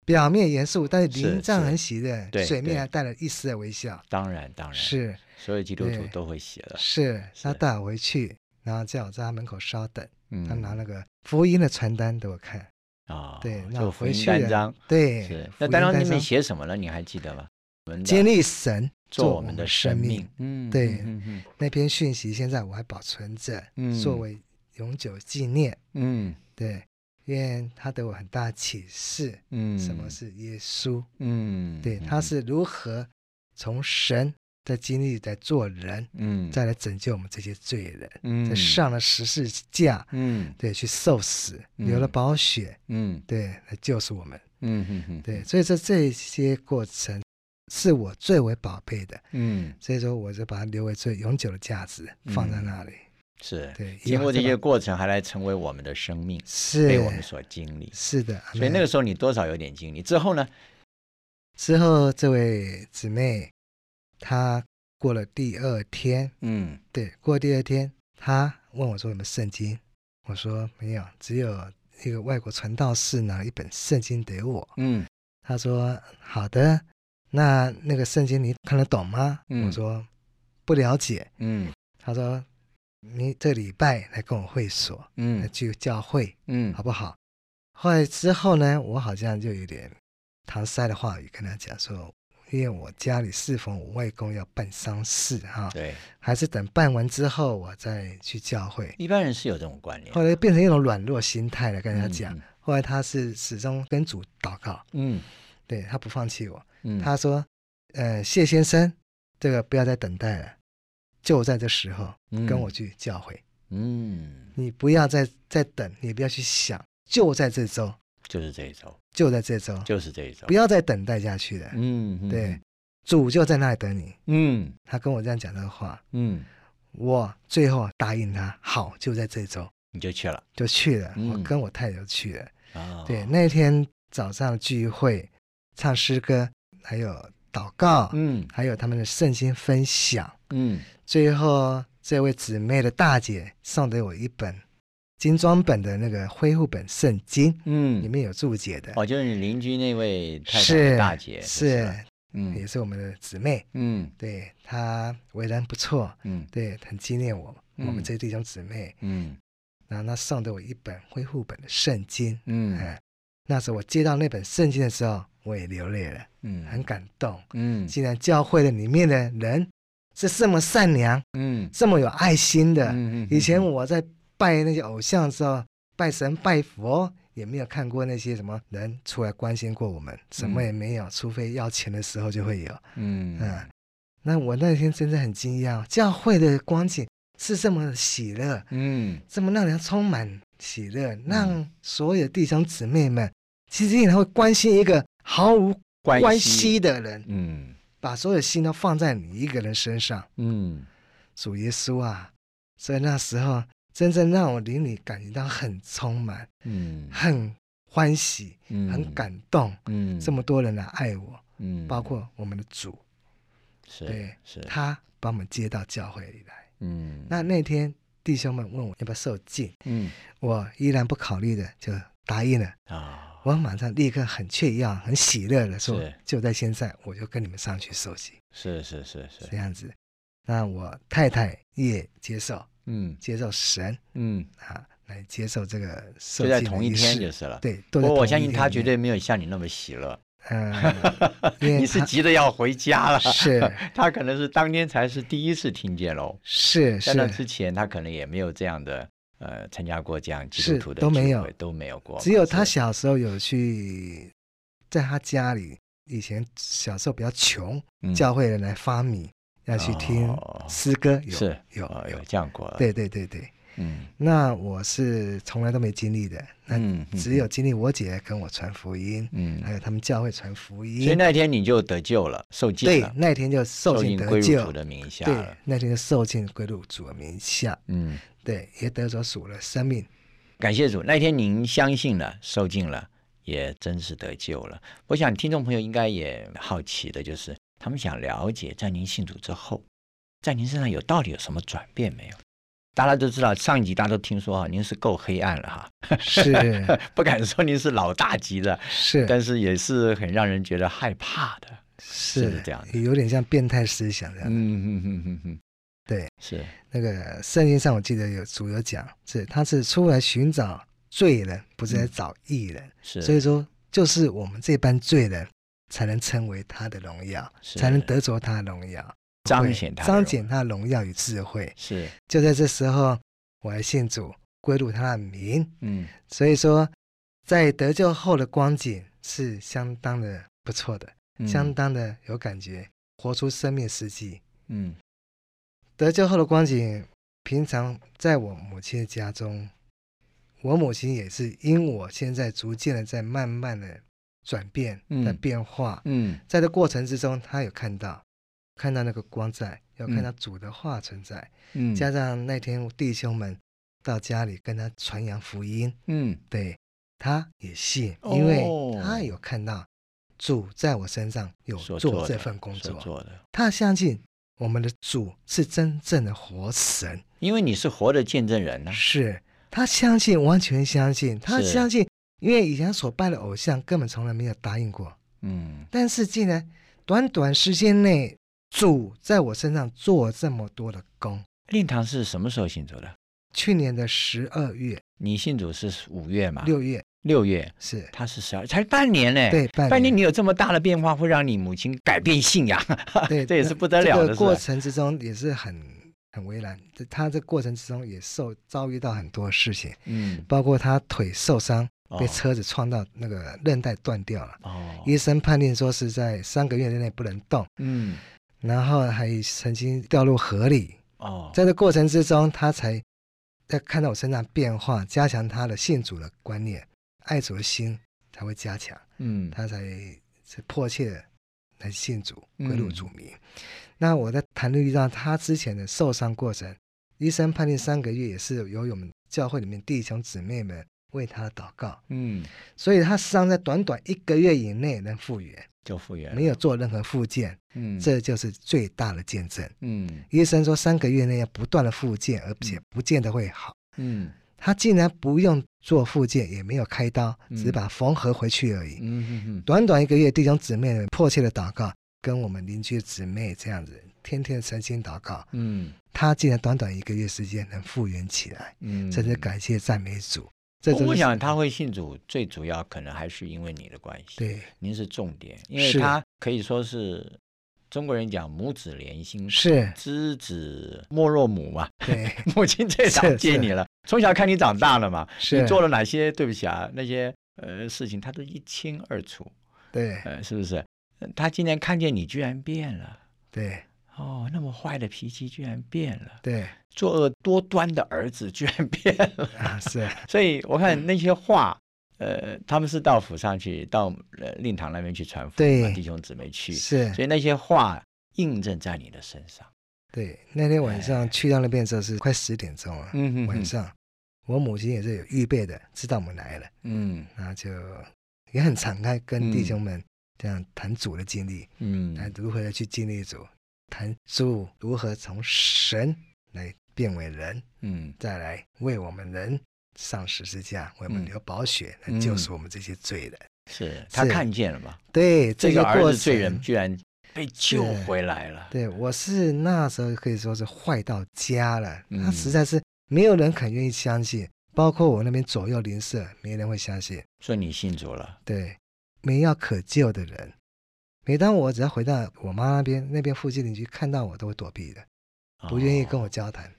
C: 表面严肃，但是
B: 是
C: 灵障
B: 是
C: 很喜乐，
B: 对
C: 水面
B: 对
C: 还带了一丝的微笑。
B: 当然当然，
C: 是
B: 所有基督徒
C: 对
B: 都会写的，
C: 是，他
B: 是
C: 带我回去，然后叫我在他门口稍等，
B: 嗯，
C: 他拿那个福音的传单给我看。
B: 啊，
C: 对，
B: 这
C: 那
B: 个福
C: 回
B: 音
C: 去
B: 单
C: 了
B: 张
C: 对
B: 是，，那
C: 哎福
B: 单
C: 音
B: 张里面写什么呢？你还记得吗？我们的
C: 经历神
B: 啊做我
C: 们
B: 们的
C: 生
B: 生命，，嗯，
C: 对
B: 嗯嗯
C: 那篇讯息，现在我还保存着，
B: 嗯
C: 作为永久纪念。
B: 嗯
C: 对，因为他对我很大启示，
B: 嗯，
C: 什么？是耶稣。
B: 嗯，
C: 对，
B: 嗯
C: 他，是如何从神的经历来做人，
B: 嗯，
C: 再来拯救我们这些罪人，
B: 嗯
C: 在，上了十字架，
B: 嗯
C: 对，去受死，
B: 嗯
C: 流了宝血，
B: 嗯
C: 对，来救赎我们，
B: 嗯嗯嗯，
C: 对，，所以说这些过程是我最为宝贝的，
B: 嗯
C: 所以说我就把它留为最永久的价值放在那里，
B: 是
C: 对，
B: 经嗯过这
C: 以
B: 些
C: 后再把
B: 过程，还来成为我们的生命，被我们
C: 是
B: 所经历。
C: 是的，
B: 所以那
C: 阿
B: 个
C: 们
B: 时候你多少有点经历，之后呢？
C: 之后这位姊妹，她过了第二天，
B: 嗯
C: 对，过第二天，他问我说有没有圣经，我说没有，只有一个外国传道士拿了一本圣经给我。
B: 嗯
C: 他说好的，那那个圣经你看得懂吗？
B: 嗯
C: 我说不了解。
B: 嗯
C: 他说你这礼拜来跟我会所，来
B: 嗯
C: 去教会，
B: 嗯
C: 哎好不好？后来之后呢，我好像就有点搪塞的话语跟他讲说，因为我家里适逢我外公要办丧事哈，
B: 对，
C: 还是等办完之后我再去教会。
B: 一般人是有这种观念。
C: 后来变成一种软弱心态来跟人家讲。
B: 嗯
C: 后来他是始终跟主祷告，
B: 嗯
C: 对他不放弃我。
B: 嗯，
C: 他说：“呃，谢先生，这个不要再等待了，就在这时候跟我去教会，
B: 嗯，
C: 你不要再再等，你不要去想，就在这周，
B: 就是这一周，
C: 就在这周，
B: 就是这一周
C: 不。要再等待下去了。
B: 嗯，嗯
C: 对，，主就在那里等你。
B: 嗯
C: 他跟我这样讲的话，
B: 嗯，
C: 我最后答应他，好，就在这周
B: 你就去了
C: 就去了。
B: 嗯
C: 我跟我太太就去了。
B: 啊？
C: 对，，那天早上聚会，唱诗歌，还有祷告，
B: 嗯
C: 还有他们的圣经分享。
B: 嗯
C: 最后，啊这位姊妹的大姐送给我一本精装本的那个恢复本圣经，里
B: 嗯，
C: 面有注解的，
B: 哦，就是你邻居那位太太
C: 是
B: 大姐，就是吧
C: 是，也
B: 嗯
C: 是我们的姊妹。
B: 嗯
C: 对她为人不错，
B: 嗯
C: 对，很纪念我我
B: 嗯
C: 们这弟兄姊妹。
B: 嗯
C: 然后她送给我一本恢复本的圣经，
B: 嗯
C: 哎，那时候我接到那本圣经的时候，我也流泪了，
B: 嗯，
C: 很感动。
B: 嗯
C: 竟然教会的里面的人是这么善良、
B: 嗯
C: 这么有爱心的。
B: 嗯嗯
C: 以前我在拜那些偶像的时候，拜神拜佛，也没有看过那些什么人出来关心过我们，什么
B: 嗯
C: 也没有，除非要钱的时候就会有。
B: 嗯
C: 嗯，那我那天真的很惊讶，教会的光景是这么喜乐，
B: 嗯
C: 这么让人充满喜乐，让所有弟兄姊妹们其实也会关心一个毫无关系的人，
B: 嗯
C: 把所有心都放在你一个人身上。
B: 嗯
C: 主耶稣啊！所以那时候真正让我灵里感觉到很充满、
B: 嗯
C: 很欢喜、
B: 嗯，
C: 很感动。
B: 嗯，
C: 这么多人来爱我，
B: 嗯，
C: 包括我们的主，
B: 是
C: 对
B: 是
C: 他把我们接到教会里来。
B: 嗯
C: 那那天弟兄们问我要不要受浸，
B: 嗯
C: 我依然不考虑的就答应了。
B: 啊
C: 我马上立刻很雀跃、很喜乐的说
B: 是：“
C: 就在现在，我就跟你们上去受洗。
B: 是是是”
C: 这
B: 是
C: 样子，那我太太也接受，
B: 嗯
C: 接受神
B: 嗯，
C: 啊，来接受这个受
B: 就在
C: 浸的
B: 同一
C: 仪
B: 天
C: 式
B: 就是了。
C: 对，
B: 不
C: 都在
B: 过我
C: 同
B: 相
C: 一
B: 信
C: 天
B: 他
C: 里
B: 绝
C: 面
B: 对没有像你那么喜乐，
C: 嗯，因 为
B: 你是
C: 他
B: 急着要回家了。
C: 是
B: 他可能是当天才是第一次听见喽，
C: 是
B: 在那
C: 是，
B: 之前他可能也没有这样的呃参加过这样基督
C: 是
B: 徒的
C: 都没
B: 聚
C: 有
B: 会都没有过嘛，
C: 只有他
B: 是
C: 小时候有去，在他家里以前小时候比较穷，
B: 嗯
C: 教会人来发米，要去听
B: 哦
C: 诗歌，有
B: 是
C: 有
B: 哦有
C: 有，
B: 这样过，，
C: 对对对对。
B: 嗯
C: 那我是从来都没经历的，那
B: 嗯，
C: 只有经历我姐跟我传福音，
B: 嗯，
C: 还有他们教会传福
B: 所以
C: 音。
B: 那天你就得救了，受浸
C: 对
B: 了，，
C: 那天就受
B: 浸归
C: 尽得
B: 入主
C: 救，
B: 的名下
C: 对
B: 了，，
C: 那天就受尽归入主的名下，
B: 嗯，
C: 对，也得着主的 生命。
B: 感谢主，那天您相信了，受浸了，也真是得救了。我想听众朋友应该也好奇的，就是他们想了解，在您信主之后，在您身上有到底有什么转变没有？大家都知道，上一集大家都听说啊，您是够黑暗了哈，
C: 是
B: 不敢说您是老大级的，
C: 是
B: 但是也是很让人觉得害怕的。是
C: 是
B: 这样的
C: 有点像变态思想这样。
B: 嗯嗯嗯嗯嗯，
C: 对，
B: 是，
C: 那个圣经上我记得有主有讲，是他是出来寻找罪人，不是来找义人。
B: 嗯是，
C: 所以说，就是我们这般罪人，才能成为他的荣耀，
B: 是
C: 才能得着他的荣耀，
B: 彰
C: 会
B: 显他的荣
C: 彰
B: 耀
C: 显他的荣耀与智慧。
B: 是，
C: 就在这时候，我还信主，归入他的名。
B: 嗯
C: 所以说，在得救后的光景是相当的不错的。
B: 嗯
C: 相当的有感觉，活出生命实际。
B: 嗯
C: 得救后的光景，平常在我母亲的家中，我母亲也是因我现在逐渐的在慢慢的转变
B: 嗯
C: 的变化，
B: 嗯
C: 在这过程之中，她有看到，看到那个光在，有
B: 嗯
C: 看到主的话存在，
B: 嗯，
C: 加上那天弟兄们到家里跟她传扬福音，
B: 嗯
C: 对她也信，因为
B: 哦
C: 她有看到。主在我身上有
B: 所
C: 做这
B: 的
C: 份工
B: 所
C: 作，
B: 做的，
C: 他相信我们的主是真正的活神，
B: 因为你是活的见证人呐、
C: 是他相信，完全相信，他
B: 是
C: 相信，因为以前所拜的偶像根本从来没有答应过，
B: 嗯
C: 但是竟然短短时间内，主在我身上做这么多的功，
B: 令堂是什么时候信主的？
C: 去年的十二月、
B: 你信主是五月嘛？
C: 六月
B: 六月，
C: 是
B: 他是十二，才半年呢。
C: 对半
B: 半年你有这么大的变化，会让你母亲改变信 仰，
C: 对，
B: 这也
C: 那
B: 是不得了
C: 这
B: 的
C: 个过
B: 事。
C: 程之中也是很很为难，这他这过程之中也受遭遇到很多事情，
B: 嗯，
C: 包括他腿受伤，
B: 哦
C: 被车子撞到，那个韧带断掉了。
B: 哦，
C: 医生判定说是在三个月之内不能动，
B: 嗯，
C: 然后还曾经掉入河里。
B: 哦，
C: 在这过程之中，他才在看到我身上变化，加强他的信主的观念，爱主的心才会加强，
B: 嗯，
C: 他才是迫切的来信主，
B: 嗯
C: 归入主名。那我在谈论到他之前的受伤过程，医生判定三个月，也是由于我们教会里面弟兄姊妹们为他祷告，
B: 嗯，
C: 所以他伤在短短一个月以内能复原，
B: 就复原了
C: 没有，做任何复健，
B: 嗯，，
C: 这就是最大的见证。
B: 嗯
C: 医生说三个月内要不断的复健，而且不见得会好。
B: 嗯
C: 他竟然不用做复健，也没有开刀，
B: 嗯
C: 只把缝合回去而已。
B: 嗯嗯嗯，
C: 短短一个月，弟兄姊妹们迫切的祷告，跟我们邻居姊妹这样子，天天诚心祷告，
B: 嗯
C: 他竟然短短一个月时间能复原起来，
B: 嗯，
C: 真是感谢赞美主。这
B: 不
C: 就是
B: 过我想他会信主，最主要可能还是因为你的关系。，
C: 对
B: 您是重点，因为
C: 是
B: 他可以说是中国人讲母子连心，
C: 是，
B: 知子莫若母 嘛，
C: 对
B: 母亲最早
C: 是
B: 接
C: 是
B: 你了，从小看你长大了嘛，
C: 是
B: 你做了哪些对不起啊那些呃事情，他都一清二楚，
C: 对
B: 呃，是不是？呃他今天看见你居然变了。
C: 对
B: 哦，那么坏的脾气居然变了，
C: 对
B: 作恶多端的儿子居然变了，
C: 啊是
B: 所以我看那些话，呃，他们是到府上去，到呃令堂那边去传福音嘛，
C: 对
B: 弟兄姊妹去，
C: 是
B: 所以那些话印证在你的身上。
C: 对。那天晚
B: 哎
C: 上去到那边的时候是快十点钟了，
B: 嗯哼
C: 晚，上我母亲也是有预备的，知道我们来了。
B: 嗯
C: 那就也很敞开跟弟
B: 嗯
C: 兄们这样谈主的经历，谈
B: 嗯
C: 如何的去经历主，谈主如何从神来变为人，
B: 嗯
C: 再来为我们人上十字架，为我
B: 嗯
C: 们流宝血，
B: 嗯
C: 来救赎我们这些罪人。
B: 是他
C: 是
B: 看见了嘛？
C: 对
B: 这
C: 个
B: 个儿
C: 过
B: 子罪人
C: 程，
B: 居然被救
C: 是
B: 回来了。
C: 对我是那时候可以说是坏到家了，他
B: 嗯
C: 实在是没有人肯愿意相信，包括我那边左右邻舍，没人会相信。
B: 说你信主了，
C: 对，没药可救的人。每当我只要回到我妈那边，那边附近邻居看到我都会躲避的，不愿意跟
B: 我
C: 我交谈，
B: 哦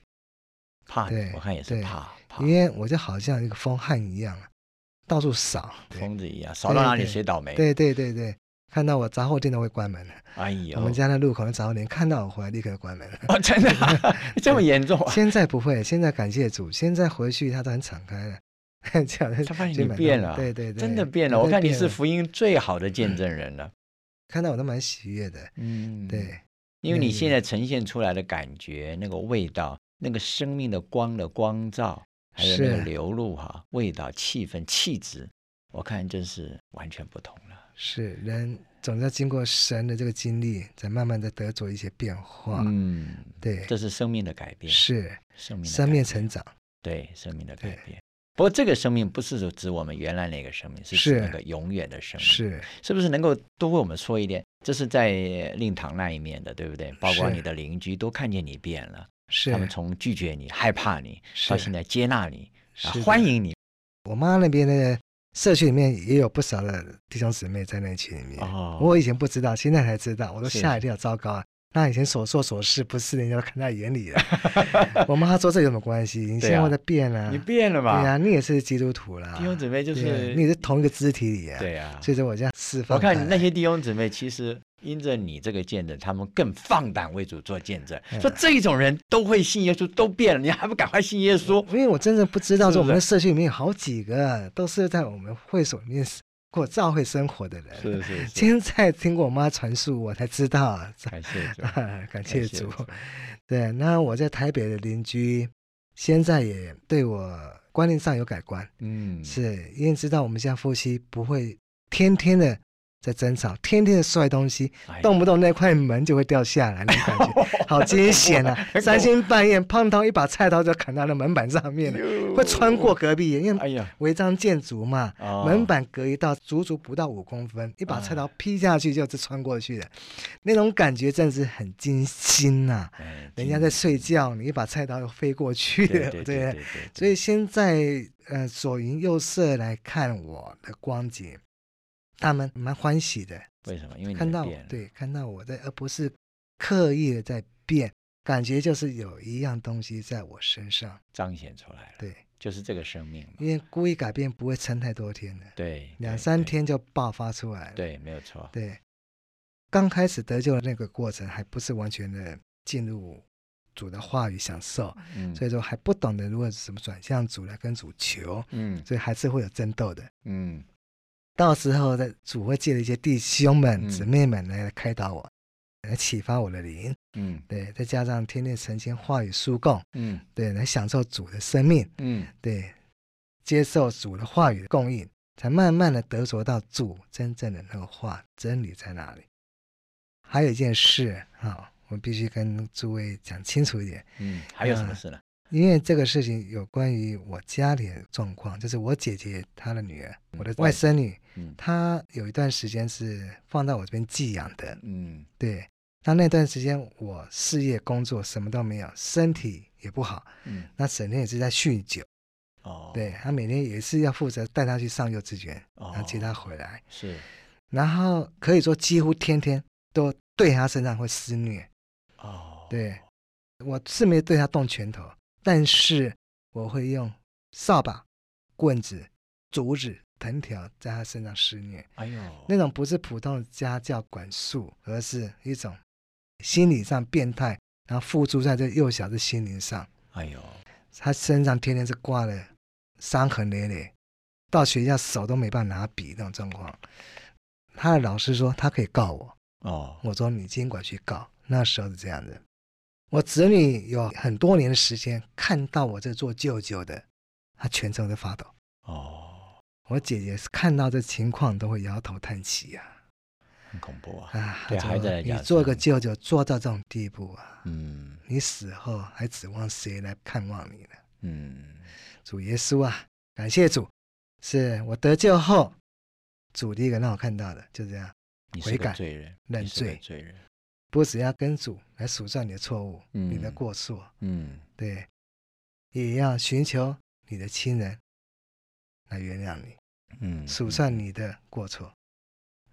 B: 怕你，
C: 对
B: 我看也是
C: 对
B: 怕怕
C: 因，为我就好像一个疯汉一样啊，到处扫。对
B: 疯子一样，少到哪里
C: 对
B: 谁倒霉。
C: 对对对对，看到我杂货店都会关门的，
B: 哎呦，
C: 我们家那路口的杂货店看到我回来立刻就关门了。
B: 哦， 真的啊、 这么严重啊？
C: 现在不会，现在感谢主，现在回去他都很敞开了。 这样
B: 他发现
C: 就
B: 你
C: 蛮
B: 变
C: 好
B: 了
C: 对对对，
B: 真的变了，
C: 绝
B: 我
C: 对
B: 看你
C: 变
B: 是
C: 了
B: 福音最好的见证人了。
C: 看到我都蛮喜悦的，
B: 嗯，
C: 对，
B: 因为
C: 那
B: 你
C: 个
B: 现在呈现出来的感觉、那个味道、那个生命的光的光照，还有那个
C: 是
B: 流露哈、味道、气氛、气质，我看真是完全不同了。
C: 是人总是要经过神的这个经历，才慢慢的得着一些变化。
B: 嗯，
C: 对，
B: 这是生命的改变，
C: 是
B: 生命的改
C: 生命
B: 变
C: 成长，
B: 对生命的改
C: 对
B: 变。不过这个生命不是指我们原来那个生命，是指
C: 是
B: 那个永远的生命。
C: 是
B: 是不是能够多为我们说一点？这是在令堂那一面的，对不对？包括
C: 是
B: 你的邻居都看见你变了，
C: 是
B: 他们从拒绝你、害怕你，到现
C: 是
B: 在接纳你、啊
C: 是的
B: 欢。迎你
C: 我妈那边的社区里面也有不少的弟兄姊妹在那群里面，
B: 哦
C: 我以前不知道，现在才知道，我都
B: 是
C: 吓一跳，糟糕啊！那以前所做所事，不是人家都看在 眼里了。我妈说这有什么关系？你
B: 对
C: 现在
B: 啊
C: 在变了，
B: 你变了
C: 对
B: 嘛？
C: 呀，你也是基督徒啦，
B: 弟兄姊妹就
C: 对啊
B: 是
C: 你也是同一个肢体里啊。
B: 对呀、
C: 所以说我这样释 放
B: 我
C: 开来。
B: 看那些弟兄姊妹其实。因着你这个见证，他们更放胆为主做见证，说这种人都会信耶稣，都变了，你还不赶快信耶稣？
C: 因为我真的不知道，
B: 是不
C: 说我们的
B: 是
C: 社区里面有好几个都是在我们会所里面过教会生活的人。
B: 是 是是，
C: 现在听我妈传述，我才知道啊，
B: 感谢主， 感
C: 啊 感谢主。
B: 主
C: 对，那我在台北的邻居，现在也对我观念上有改观，
B: 嗯，
C: 是因为知道我们现在夫妻不会天天的在争吵，天天摔东西，
B: 哎
C: 动不动那块门就会掉下来，那种感 觉好惊险啊！
B: 哎
C: 三更半夜碰到一把菜刀就砍到了门板上面了，会穿过隔壁，因
B: 哎
C: 为
B: 呀，
C: 违章建筑嘛，
B: 哦
C: 门板隔一道，足足不到五公分，一
B: 啊
C: 把菜刀劈下去就是穿过去的，那种感觉真是很惊心呐、
B: 哎
C: 人家在睡觉，你一把菜刀又飞过去
B: 对
C: 了，
B: 对对
C: 不
B: 对
C: 对
B: 对，对
C: 所以现在呃左邻右舍来看我的光景，他们蛮欢喜的，
B: 为什么？因为你
C: 看
B: 的
C: 到我
B: 变了，
C: 对看到我在，而不是刻意的在变，感觉就是有一样东西在我身上，
B: 彰显出来了，
C: 对，
B: 就是这个生命嘛。
C: 因为故意改变不会撑太多天的，
B: 对，
C: 两
B: 对对
C: 三天就爆发出来了，
B: 对，没有错。
C: 对，刚开始得救的那个过程还不是完全的进入主的话语享受，
B: 嗯
C: 所以说还不懂得如何怎么转向主来跟主求，
B: 嗯
C: 所以还是会有争斗的。
B: 嗯，
C: 到时候在主会借了一些弟兄们、
B: 嗯
C: 姊妹们来开导我，来启发我的灵，
B: 嗯
C: 对，再加上天天神经话语书供，
B: 嗯
C: 对，来享受主的生命，
B: 嗯，
C: 对，接受主的话语的供应，才慢慢的得着到主真正的那个话真理在哪里。还有一件事啊、我必须跟诸位讲清楚一点，
B: 嗯，还有什么
C: 呃
B: 事呢？
C: 因为这个事情有关于我家里的状况，就是我姐姐她的女儿，我的外甥女，
B: 嗯
C: 她有一段时间是放到我这边寄养的，
B: 嗯
C: 对。那那段时间我事业工作什么都没有，身体也不好，
B: 嗯，
C: 那整天也是在酗酒，
B: 哦，
C: 对，他每天也是要负责带她去上幼稚园，
B: 哦，
C: 然后接她回来，
B: 是，
C: 然后可以说几乎天天都对她身上会施虐，
B: 哦，
C: 对，我是没对他动拳头，但是我会用扫把、棍子、竹子、藤条在他身上施虐。
B: 哎呦，
C: 那种不是普通的家教管束，而是一种心理上变态，然后付诸在这幼小的心灵上。
B: 哎呦，
C: 他身上天天是挂了伤痕累累，到学校手都没办法拿笔那种状况。他的老师说他可以告我，
B: 哦，
C: 我说你尽管去告。那时候是这样的，我子女有很多年的时间看到我这做舅舅的，他全程在发抖。
B: 哦，
C: 我姐姐是看到这情况都会摇头叹气呀、
B: 很恐怖啊
C: 啊！。啊，
B: 对
C: 她说
B: 孩子来
C: 你
B: 讲
C: 做
B: 是
C: 个舅舅做到这种地步啊，
B: 嗯
C: 你死后还指望谁来看望你呢？
B: 嗯，
C: 主耶稣啊，感谢主，是我得救后，主第一个让我看到的，就这样，
B: 你
C: 悔
B: 是个
C: 改
B: 罪人，
C: 认
B: 你是个
C: 罪
B: 罪人。
C: 不只要跟主来数算你的错误，你的
B: 嗯
C: 过错。
B: 嗯，
C: 对，也要寻求你的亲人来原谅你，
B: 嗯，
C: 数
B: 嗯
C: 算，你的过错。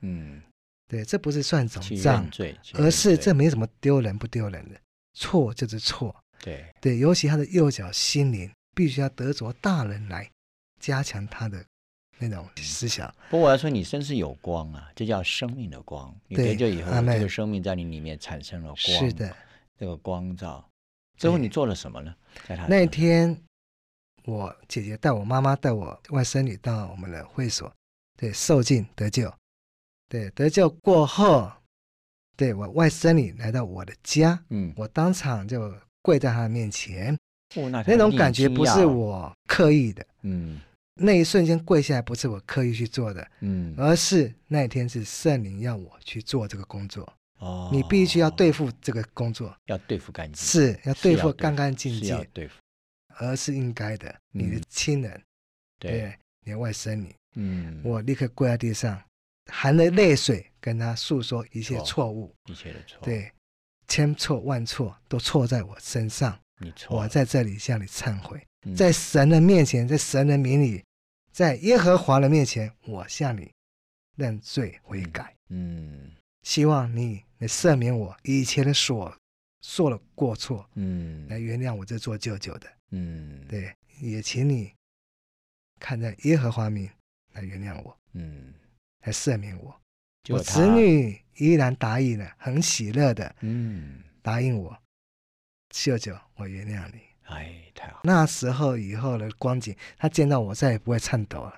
B: 嗯，
C: 对，这不是算总
B: 去
C: 账
B: 认，罪，去
C: 而
B: 认
C: 是
B: 罪
C: 这没什么丢人不丢人的，错就是错。
B: 对，
C: 对，尤其他的幼小心灵，必须要得着大人来加强他的那种思想。
B: 不过我要说，你身是有光啊，这叫生命的光。你
C: 对
B: 得救以后，
C: 阿
B: 这
C: 们
B: 个生命在你里面产生了光，
C: 是，的，
B: 这个光照。最后
C: 对
B: 你做了什么呢？在他
C: 那
B: 身上
C: 天我姐姐带我妈妈带我外甥女到我们的会所，对，受尽得救，对，得救过后，对我外甥女来到我的家，
B: 嗯，
C: 我当场就跪在她的面前，
B: 哦那
C: 那
B: 他
C: 种
B: 你
C: 感觉
B: 惊
C: 不
B: 讶
C: 是
B: 哦，
C: 我刻意的，
B: 嗯
C: 那一瞬间跪下来不是我刻意去做的，
B: 嗯，
C: 而是那一天是圣灵要我去做这个工作，
B: 哦，
C: 你必须要对付这个工作，
B: 要对付干净，
C: 是要
B: 是
C: 对
B: 要
C: 付
B: 对
C: 干干
B: 是
C: 净
B: 要
C: 净，
B: 对付，
C: 而是应该的，你的
B: 嗯
C: 亲人。
B: 对，，
C: 你的外甥女，
B: 嗯，
C: 我立刻跪在地上，含着泪水跟他诉说一切
B: 错
C: 错误，
B: 一切的错，，
C: 对，千错万错都错在我身上，
B: 你错了，
C: 我在这里向你忏悔，
B: 嗯
C: 在神的面前，在神的名里，在耶和华的面前，我向你认罪悔改，
B: 嗯
C: 希望你能赦免我以前的所做的过错，
B: 嗯
C: 来原谅我这做舅舅的，
B: 嗯，，
C: 对，也请你看在耶和华名来原谅我。
B: 嗯，
C: 来赦免我。
B: 结
C: 我
B: 果
C: 子
B: 他，
C: 女依然答应了，很喜乐的
B: 嗯，
C: 答应我，舅舅，我原谅你。
B: 哎，太好了，
C: 那时候以后的光景，他见 到我再也不会颤抖了。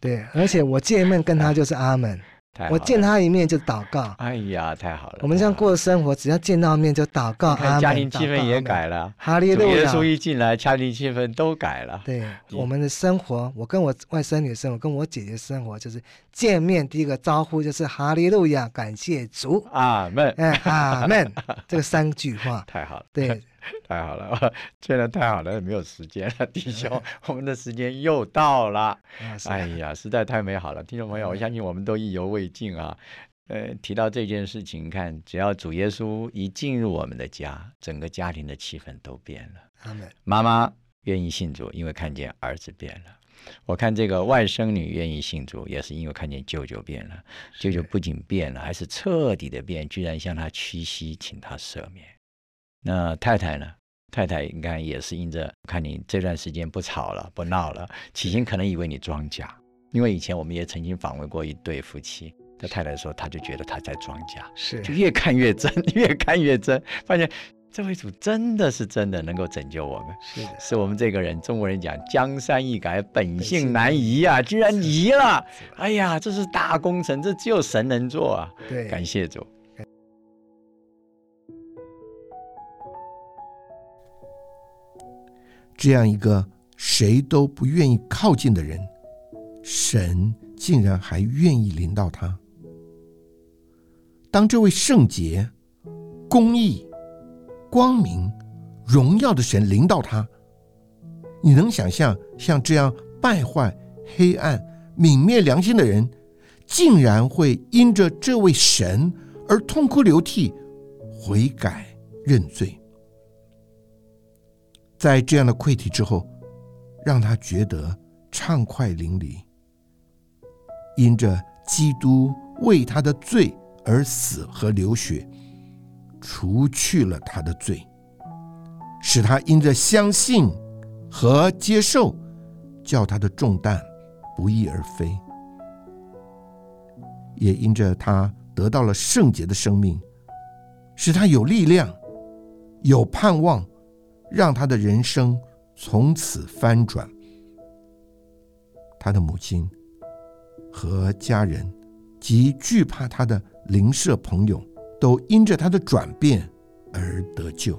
C: 对，而且我见面跟他就是阿门，
B: 太哎好
C: 我
B: 了
C: 见，他一面就祷告，
B: 哎呀，太好了。
C: 我们这样过的啊生活，只要见到面就祷告，
B: 太好了，你
C: 阿
B: 看家庭
C: 门
B: 气
C: 祷告
B: 氛
C: 阿
B: 也
C: 门
B: 改了，
C: 哈利
B: 主
C: 路
B: 耶
C: 亚。
B: 稣一进来，家庭气氛都改了。
C: 对
B: 嗯
C: 我们的生活，我跟我外甥女生活，跟我姐姐生活，就是见面第一个招呼就是哈利路亚，感谢主，
B: 阿门，
C: 哎，阿门，这个三句话。
B: 啊太好了，
C: 对，
B: 太好了， 真的太好了，没有时间了，弟 兄，我们的时间又到了。
C: 啊嗯是
B: 哎呀，实在太美好了，听众朋友，我相信我们都意犹未尽啊。呃，提到这件事情，看只要主耶稣一进入我们的家，整个家庭的气氛都变了。
C: 阿门，
B: 妈妈愿意信主，因为看见儿子变了。我看这个外甥女愿意信主，也是因为看见舅舅变了。舅舅不仅变了，还是彻底的变，居然向他屈膝，请他赦免。那太太呢？太太应该也是因着看你这段时间不吵了、不闹了，起先可能以为你装假，因为以前我们也曾经访问过一对夫妻，这太太说她就觉得她在装假，
C: 是
B: 就越看越真，越看越真，发现这位主真的是真的能够拯救我们，
C: 是的，
B: 是我们这个人，中国人讲江山易改，本性
C: 性
B: 难
C: 难
B: 移啊，居然移了
C: 是的，
B: 哎呀，这是大工程，这只有神能做啊，
C: 对，
B: 感谢主。
A: 这样一个谁都不愿意靠近的人，神竟然还愿意临到他。当这位圣洁、公义、光明、荣耀的神临到他，你能想象像这样败坏、黑暗、泯灭良心的人，竟然会因着这位神而痛哭流涕、悔改认罪？在这样的溃体之后，让他觉得畅快淋漓。因着基督为他的罪而死和流血，除去了他的罪，使他因着相信和接受，叫他的重担不翼而飞。也因着他得到了圣洁的生命，使他有力量，有盼望，让他的人生从此翻转。他的母亲和家人及惧怕他的邻舍朋友，都因着他的转变而得救。